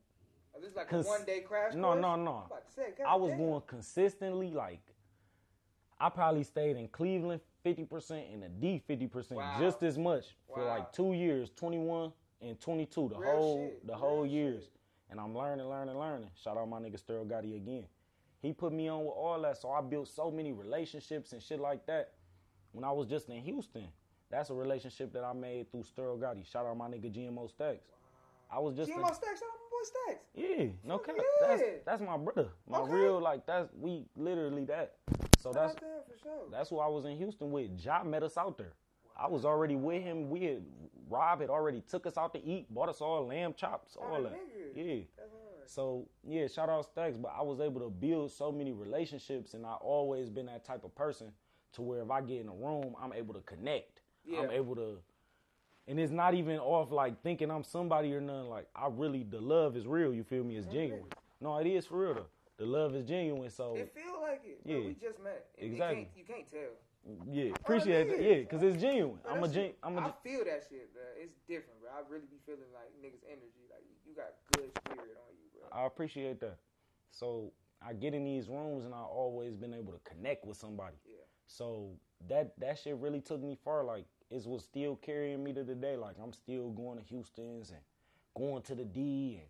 [SPEAKER 8] Is Oh, this like a
[SPEAKER 3] cons-
[SPEAKER 8] one day crash
[SPEAKER 3] No,
[SPEAKER 8] course?
[SPEAKER 3] no,
[SPEAKER 8] I'm
[SPEAKER 3] no.
[SPEAKER 8] about to say,
[SPEAKER 3] I was
[SPEAKER 8] goddamn.
[SPEAKER 3] going consistently like I probably stayed in Cleveland fifty percent and the D fifty percent just as much for like two years, twenty one and twenty two, the
[SPEAKER 8] Real
[SPEAKER 3] whole
[SPEAKER 8] shit,
[SPEAKER 3] the whole years. And I'm learning, learning, learning. Shout out my nigga Sterl Gotti again. He put me on with all that, so I built so many relationships and shit like that when I was just in Houston. That's a relationship that I made through Sterl Gotti. Shout out my nigga GMO Stacks. I was just in-
[SPEAKER 8] GMO Stacks, shout out my boy Stacks.
[SPEAKER 3] yeah, no cap. That's
[SPEAKER 8] yeah.
[SPEAKER 3] that's my brother. My
[SPEAKER 8] Okay.
[SPEAKER 3] real like that's we literally that. So
[SPEAKER 8] Shout
[SPEAKER 3] that's
[SPEAKER 8] out to him for sure.
[SPEAKER 3] that's who I was in Houston with. Ja met us out there. I was already with him. We had, Rob had already took us out to eat, bought us all lamb chops, all that. Yeah. So yeah, shout out Stacks. But I was able to build so many relationships, and I always been that type of person to where if I get in a room, I'm able to connect. I'm
[SPEAKER 8] Yeah.
[SPEAKER 3] able to, and it's not even off like thinking I'm somebody or nothing. Like I really, the love is real. You feel me? It's genuine. No, it is for real though. The love is genuine. So
[SPEAKER 8] It feel like it. Bro,
[SPEAKER 3] Yeah.
[SPEAKER 8] We just met. It-
[SPEAKER 3] Exactly.
[SPEAKER 8] You can't, you can't tell.
[SPEAKER 3] Yeah, appreciate it. Yeah, because it's genuine.
[SPEAKER 8] Bro,
[SPEAKER 3] I'm a
[SPEAKER 8] that
[SPEAKER 3] gen.
[SPEAKER 8] shit-
[SPEAKER 3] I'm a.
[SPEAKER 8] I
[SPEAKER 3] gen-
[SPEAKER 8] feel that shit, bro. It's different, bro. I really be feeling like niggas' energy. Like you got good spirit on you, bro.
[SPEAKER 3] I appreciate that. So I get in these rooms and I always been able to connect with somebody. So that that shit really took me far. Like it's what's still carrying me to the day. Like I'm still going to Houston's and going to the D and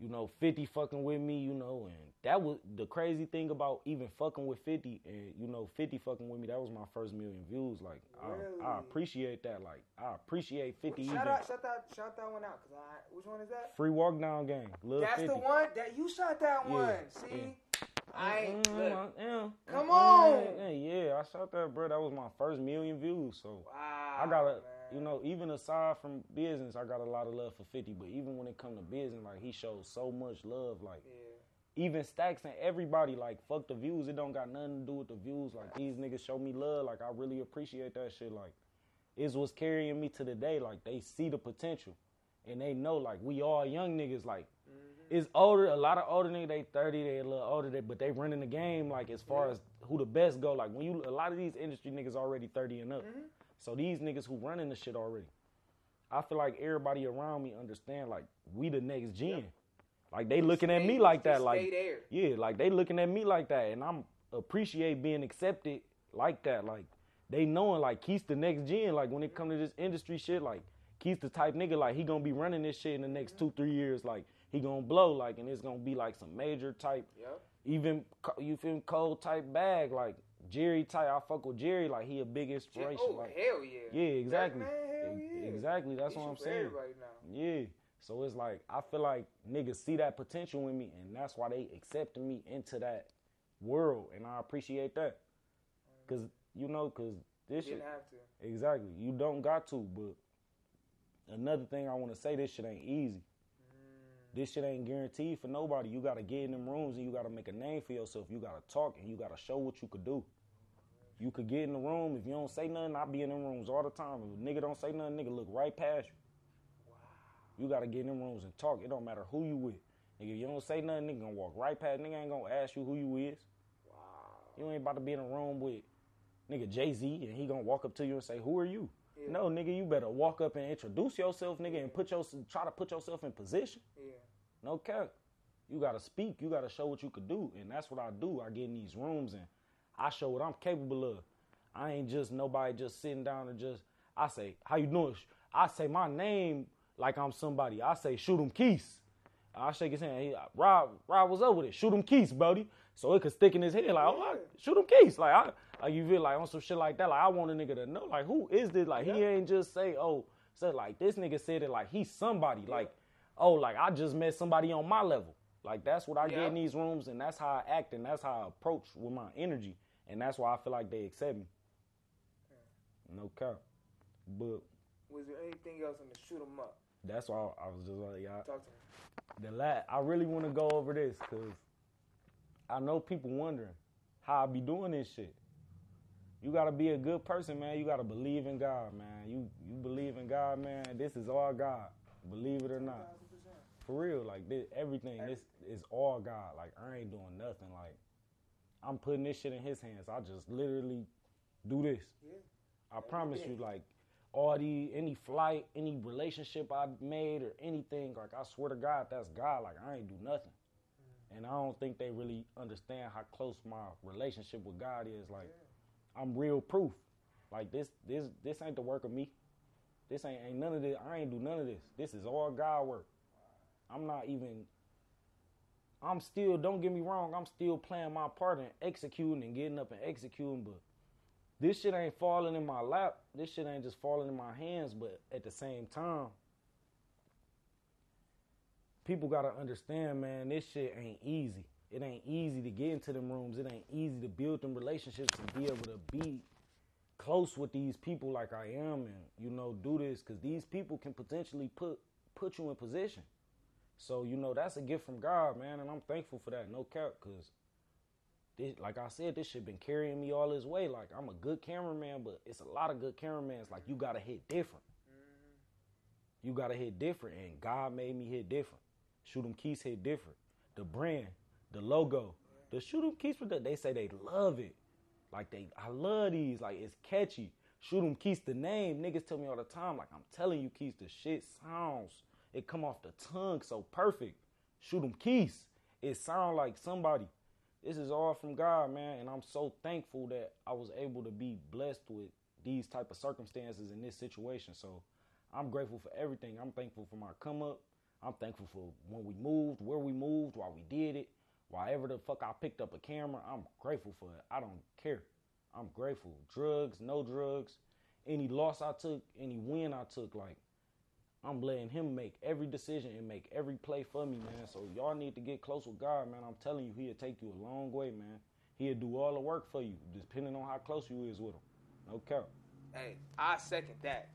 [SPEAKER 3] you know 50 fucking with me. You know, and that was the crazy thing about even fucking with 50 and you know 50 fucking with me. That was my first million views. Like I, I
[SPEAKER 8] Really?
[SPEAKER 3] appreciate that. Like I appreciate 50.
[SPEAKER 8] Shout
[SPEAKER 3] even.
[SPEAKER 8] out, shout out, shout that one out. Cause I, which one is that?
[SPEAKER 3] Free walk down game. Lil
[SPEAKER 8] That's
[SPEAKER 3] 50.
[SPEAKER 8] the one that you shot that
[SPEAKER 3] Yeah,
[SPEAKER 8] one.
[SPEAKER 3] yeah.
[SPEAKER 8] See, I ain't.
[SPEAKER 3] Mm,
[SPEAKER 8] look. Come
[SPEAKER 3] Mm,
[SPEAKER 8] on.
[SPEAKER 3] Yeah, yeah, I shot that, bro. That was my first million views. So
[SPEAKER 8] Ah,
[SPEAKER 3] I got a, you know, even aside from business, I got a lot of love for Fifty. But even when it come to business, like he shows so much love, like. Even Stacks and everybody, like, fuck the views. It don't got nothing to do with the views. Like, these niggas show me love. Like, I really appreciate that shit. Like, is what's carrying me to the day. Like they see the potential, and they know like we all young niggas. Like it's older, a lot of older niggas. They thirty, they a little older, they, but they running the game. Like as far as who the best go. Like when you a lot of these industry niggas already thirty and up. So these niggas who running the shit already. I feel like everybody around me understand like we the next gen. Like they looking at me
[SPEAKER 8] Stay-
[SPEAKER 3] like that.
[SPEAKER 8] just
[SPEAKER 3] Like
[SPEAKER 8] stay there.
[SPEAKER 3] yeah, like they looking at me like that, and I'm appreciate being accepted like that. Like they knowing like Keith's the next gen. Like when it come to this industry shit, like Keith's the type nigga like he gonna be running this shit in the next two three years. Like he gonna blow like, and it's gonna be like some major type.
[SPEAKER 8] Yep.
[SPEAKER 3] Even co- you feel me, cold type bag like Jerry type. I fuck with Jerry like he a big inspiration.
[SPEAKER 8] Oh
[SPEAKER 3] like,
[SPEAKER 8] hell yeah.
[SPEAKER 3] yeah, exactly.
[SPEAKER 8] Man, hell
[SPEAKER 3] E-
[SPEAKER 8] yeah.
[SPEAKER 3] Exactly. That's
[SPEAKER 8] He
[SPEAKER 3] what
[SPEAKER 8] shoot
[SPEAKER 3] I'm
[SPEAKER 8] for
[SPEAKER 3] saying.
[SPEAKER 8] everybody now.
[SPEAKER 3] Yeah. So it's like I feel like niggas see that potential in me, and that's why they accepting me into that world, and I appreciate that. Cause you know, cause this
[SPEAKER 8] You
[SPEAKER 3] shit.
[SPEAKER 8] didn't have to.
[SPEAKER 3] Exactly. You don't got to, but another thing I want to say, this shit ain't easy. This shit ain't guaranteed for nobody. You gotta get in them rooms and you gotta make a name for yourself. You gotta talk and you gotta show what you could do. You could get in the room. If you don't say nothing, I be in them rooms all the time. If a nigga don't say nothing, nigga look right past you. You gotta get in them rooms and talk. It don't matter who you with. Nigga, if you don't say nothing, nigga gonna walk right past. Nigga ain't gonna ask you who you is. You ain't about to be in a room with nigga Jay Z and he gonna walk up to you and say, "Who are you?" No, nigga, you better walk up and introduce yourself, nigga, and put your try to put yourself in position.
[SPEAKER 8] Yeah.
[SPEAKER 3] No cap. You gotta speak. You gotta show what you could do, and that's what I do. I get in these rooms and I show what I'm capable of. I ain't just nobody just sitting down and just. I say, "How you doing?" Sh- I say my name like I'm somebody. I say, "Shoot 'em, Keys." I shake his hand. He, Rob, Rob was over there. Shoot 'em, Keys, buddy. So it could stick in his head like, "Oh, I, shoot 'em, Keys." Like, I, like you feel like on some shit like that. Like I want a nigga to know, like, who is this? Like he ain't just say, "Oh, so like this nigga said it like he's somebody." Like oh, like I just met somebody on my level. Like that's what I get in these rooms, and that's how I act, and that's how I approach with my energy, and that's why I feel like they accept me. No cap. But
[SPEAKER 8] Was there anything else on the shoot 'em up?
[SPEAKER 3] that's why I was just like, y'all.
[SPEAKER 8] Talk to me.
[SPEAKER 3] The la I really want to go over this because I know people wondering how I be doing this shit. You gotta be a good person, man. You gotta believe in God, man. You you believe in God, man. This is all God. Believe it or not. For real, like this, everything, this is all God. Like I ain't doing nothing. Like I'm putting this shit in His hands. I just literally do this. I promise you, like all the any flight, any relationship I made or anything, like I swear to God, that's God. Like I ain't do nothing, and I don't think they really understand how close my relationship with God is. Like I'm real proof. Like this, this, this ain't the work of me. This ain't ain't none of this. I ain't do none of this. This is all God work. I'm not even. I'm still. Don't get me wrong. I'm still playing my part and executing and getting up and executing, but this shit ain't falling in my lap. This shit ain't just falling in my hands, but at the same time, people gotta understand, man, this shit ain't easy. It ain't easy to get into them rooms. It ain't easy to build them relationships and be able to be close with these people like I am and, you know, do this because these people can potentially put put you in position. So, you know, that's a gift from God, man, and I'm thankful for that, no cap, because this, like I said, this shit been carrying me all this way. Like I'm a good cameraman, but it's a lot of good cameramans. Like you gotta hit different. You gotta hit different, and God made me hit different. Shoot 'em Keys hit different. The brand, the logo, the Shoot 'em Keys product. They say they love it. Like they, I love these. Like it's catchy. Shoot 'em Keys the name. Niggas tell me all the time. Like I'm telling you, Keys the shit sounds. It come off the tongue so perfect. Shoot 'em Keys. It sound like somebody. This is all from God, man, and I'm so thankful that I was able to be blessed with these type of circumstances in this situation. So I'm grateful for everything. I'm thankful for my come up. I'm thankful for when we moved, where we moved, why we did it, why ever the fuck I picked up a camera. I'm grateful for it. I don't care. I'm grateful. Drugs, no drugs, any loss I took, any win I took, like I'm letting him make every decision and make every play for me, man. So y'all need to get close with God, man. I'm telling you, he'll take you a long way, man. He'll do all the work for you, depending on how close you is with him. No cap.
[SPEAKER 8] Hey, I second that.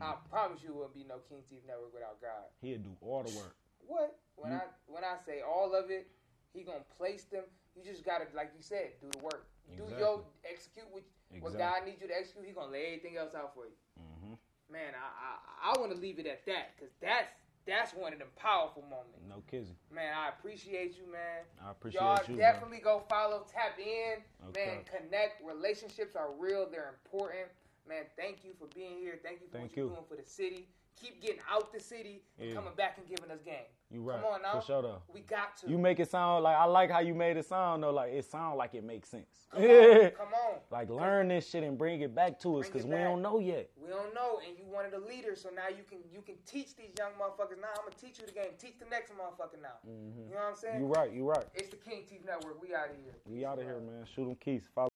[SPEAKER 8] I
[SPEAKER 3] Mm.
[SPEAKER 8] promise you, wouldn't be no King Teeth Network without God.
[SPEAKER 3] He'll do all the work.
[SPEAKER 8] What? When
[SPEAKER 3] Mm.
[SPEAKER 8] I when I say all of it, he gonna place them. You just gotta, like you said, do the work. Do your execute what, what
[SPEAKER 3] Exactly.
[SPEAKER 8] God needs you to execute. He gonna lay everything else out for you.
[SPEAKER 3] Mhm.
[SPEAKER 8] Man, I I, I want to leave it at that because that's that's one of them powerful moments.
[SPEAKER 3] No kidding.
[SPEAKER 8] Man, I appreciate you, man.
[SPEAKER 3] I appreciate
[SPEAKER 8] Y'all
[SPEAKER 3] you, bro.
[SPEAKER 8] definitely go follow, tap in, man.
[SPEAKER 3] Okay.
[SPEAKER 8] Connect. Relationships are real. They're important, man. Thank you for being here. Thank you for
[SPEAKER 3] Thank
[SPEAKER 8] what you're
[SPEAKER 3] you.
[SPEAKER 8] doing for the city. Keep getting out the city and
[SPEAKER 3] Yeah.
[SPEAKER 8] coming back and giving us game.
[SPEAKER 3] You right.
[SPEAKER 8] Come on now.
[SPEAKER 3] For sure though.
[SPEAKER 8] We got to.
[SPEAKER 3] You make it sound like I like how you made it sound though. Like it sound like it makes sense.
[SPEAKER 8] Come on, come on.
[SPEAKER 3] Like learn this shit and bring it back to us because we don't know yet.
[SPEAKER 8] We don't know, and you one of the leaders, so now you can you can teach these young motherfuckers. Now I'm gonna teach you the game. Teach the next motherfucker now. You know what I'm saying?
[SPEAKER 3] Mm-hmm. You right. You right.
[SPEAKER 8] It's the King Teeth Network. We out of here.
[SPEAKER 3] We out of here, man. Shoot 'em keys. Follow.